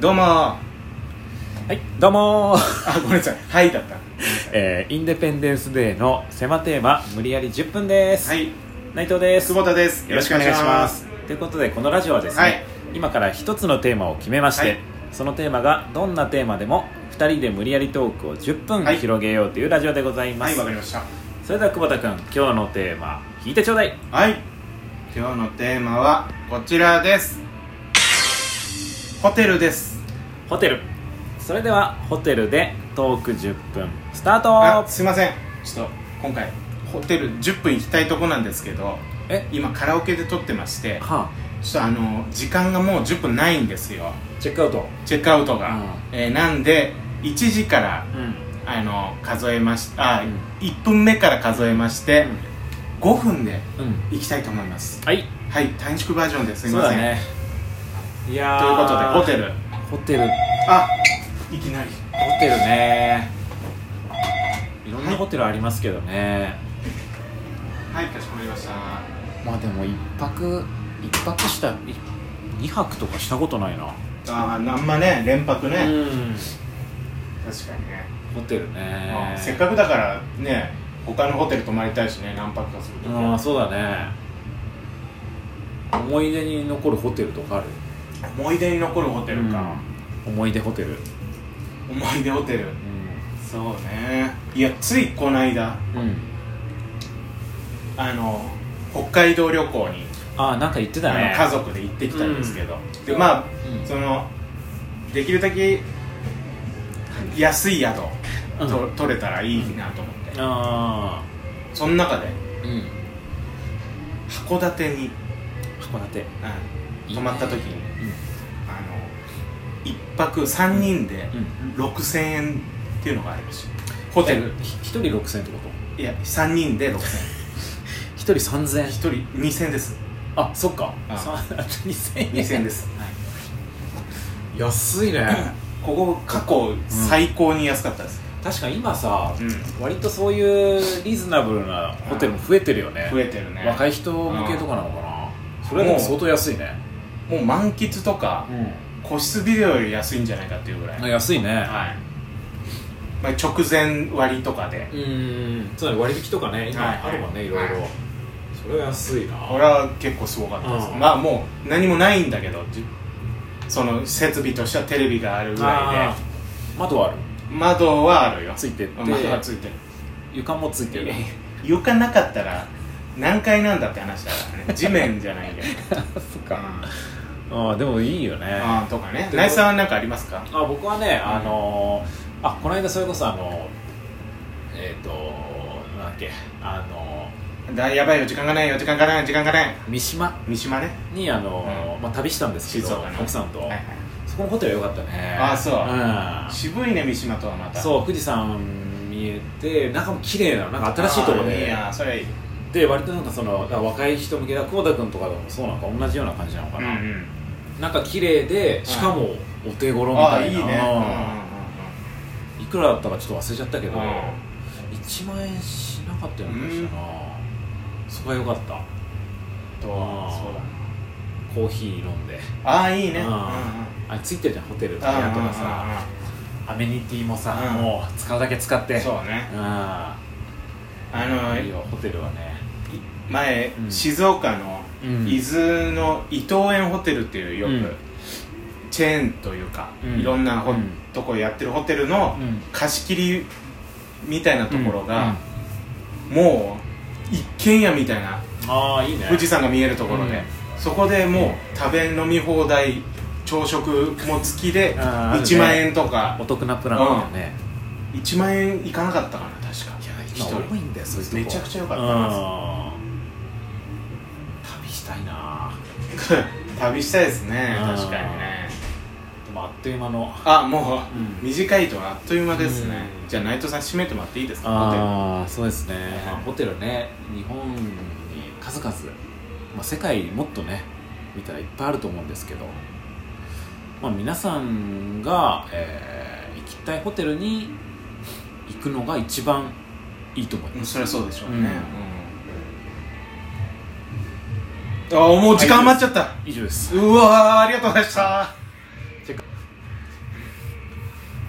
どうもーあはい、どうもー、 ごめんなさいはいだったごめんなさいえーインデペンデンスデーの狭テーマ無理やり10分です、はい内藤です久保田ですよろしくお願いしますということでこのラジオはですね、はい今から一つのテーマを決めまして、はいそのテーマがどんなテーマでも2人で無理やりトークを10分はい広げようというラジオでございまはいす、わかりましたそれでは久保田君今日のテーマ聞いてちょうだいはい今日のテーマはこちらですホテルですホテルそれではホテルでトーク10分スターあトすいませんちょっと今回ホテル10分行きたいとこなんですけどえ今カラオケで撮ってましてはあちょっとあの時間がもう10分ないんですよチェックアウトチェックアウトが、うんえーなんで1時からうんあの数えましあ、うん1分目から数えまして、5分でうん行きたいと思いますはいはい短縮バージョンですいそうませだん、ねいやということでホテルホテルホテルあいきなりホテルねいろんはないホテルありますけどね、はいかしこまりましたまあでも一泊一泊したい二泊とかしたことないな、あーあんまね連泊ね、うん確かにね、ホテルねまあせっかくだからね他のホテル泊まりたいしね何泊かするときうんはそうだね思い出に残るホテルとかある思い出に残るホテルか、うん思い出ホテル思い出ホテルうそうねいやついこの間ん、うん、あの北海道旅行にああなんか言ってたあねの家族で行ってきたんですけど、んでまあ、うんそのできるだけ安い宿、うんと取れたらいいなと思って、あその中であうん函館に、函館うんいいね泊まった時にあの一泊3人でうん、うん6000円っていうのがありましたホテルえひ一人6000円ってこといや3人で6000 一人3000円1円人2000円 ですあそっかあさ2000 2000円です、安いねここ過去最高に安かったです、 確かに今さうん割とそういうリーズナブルなホテルも増えてるよね増えてるね若い人向けとかなのかなそれはでも相当安いねもう満喫とか個室ビデオより安いんじゃないかっていうぐらい、あ安いねはいまあ、直前割とかでうんそうだね割引とかねはい今あるもんねいろいはろそれは安いなこれは結構すごかったです、うんまあもう何もないんだけどじその設備としてはテレビがあるぐらあー窓はあるいで窓はあるよついてって窓はついてる床もついてる床なかったら何階なんだって話だから ね地面じゃないけど そっあーでもいいよねあとかねでも内さんは何かありますかあ僕はね、あのーあこの間それこそあのーえっ、となんだっけあのだやばいよ時間がないよ時間がない時間がないー三島三島ねにあのーまあ、旅したんですけ静ど岡ね奥さんと、はいはいそこのホテルは良かったねあーそうん渋いね三島とはまたうそう富士山見えて中も綺麗なのなんか新しいところいいでやそれはいいで割となんかそのだから若い人向けだ久保田君とかでもそうなんか同じような感じなのかうんうな、んなんか綺麗でしかもお手頃みたいな、あいいねいくらだったかちょっと忘れちゃったけうんど、うんうん1万円しなかったような気がしたな、そこは良かったとあーそうだコーヒー飲んでああいいねうんうんうんあれついてるじゃんホテルの部あ屋とかさアメニティもさ、うんもう使うだけ使ってそうねああのいいよホテルはね前うん静岡のうん伊豆の伊東園ホテルっていうようくんチェーンというかうんいろんなほうんとこやってるホテルのん貸し切りみたいなところうんがもう一軒家みたいなああいいね富士山が見えるところうでんそこでもう食べ飲み放題朝食も付きであーあるね1万円とかお得なプランだよね、 1万円いかなかったかな確か一今人多いんだよそういうとこめちゃくちゃ良かったうん旅したいな 旅したいですねうん確かにねでもあっという間のあもうんう短いとあっという間ですねうんじゃあ内藤さん閉めてもらっていいですかホテルああそうですね、まあはいホテルね日本に数々、まあ、世界もっとね見たらいっぱいあると思うんですけど、まあ、皆さんが、えー行きたいホテルに行くのが一番いいと思いうんます、そりゃそうでしょうねうんうんあもう時間余っちゃった以上ですうわーありがとうございました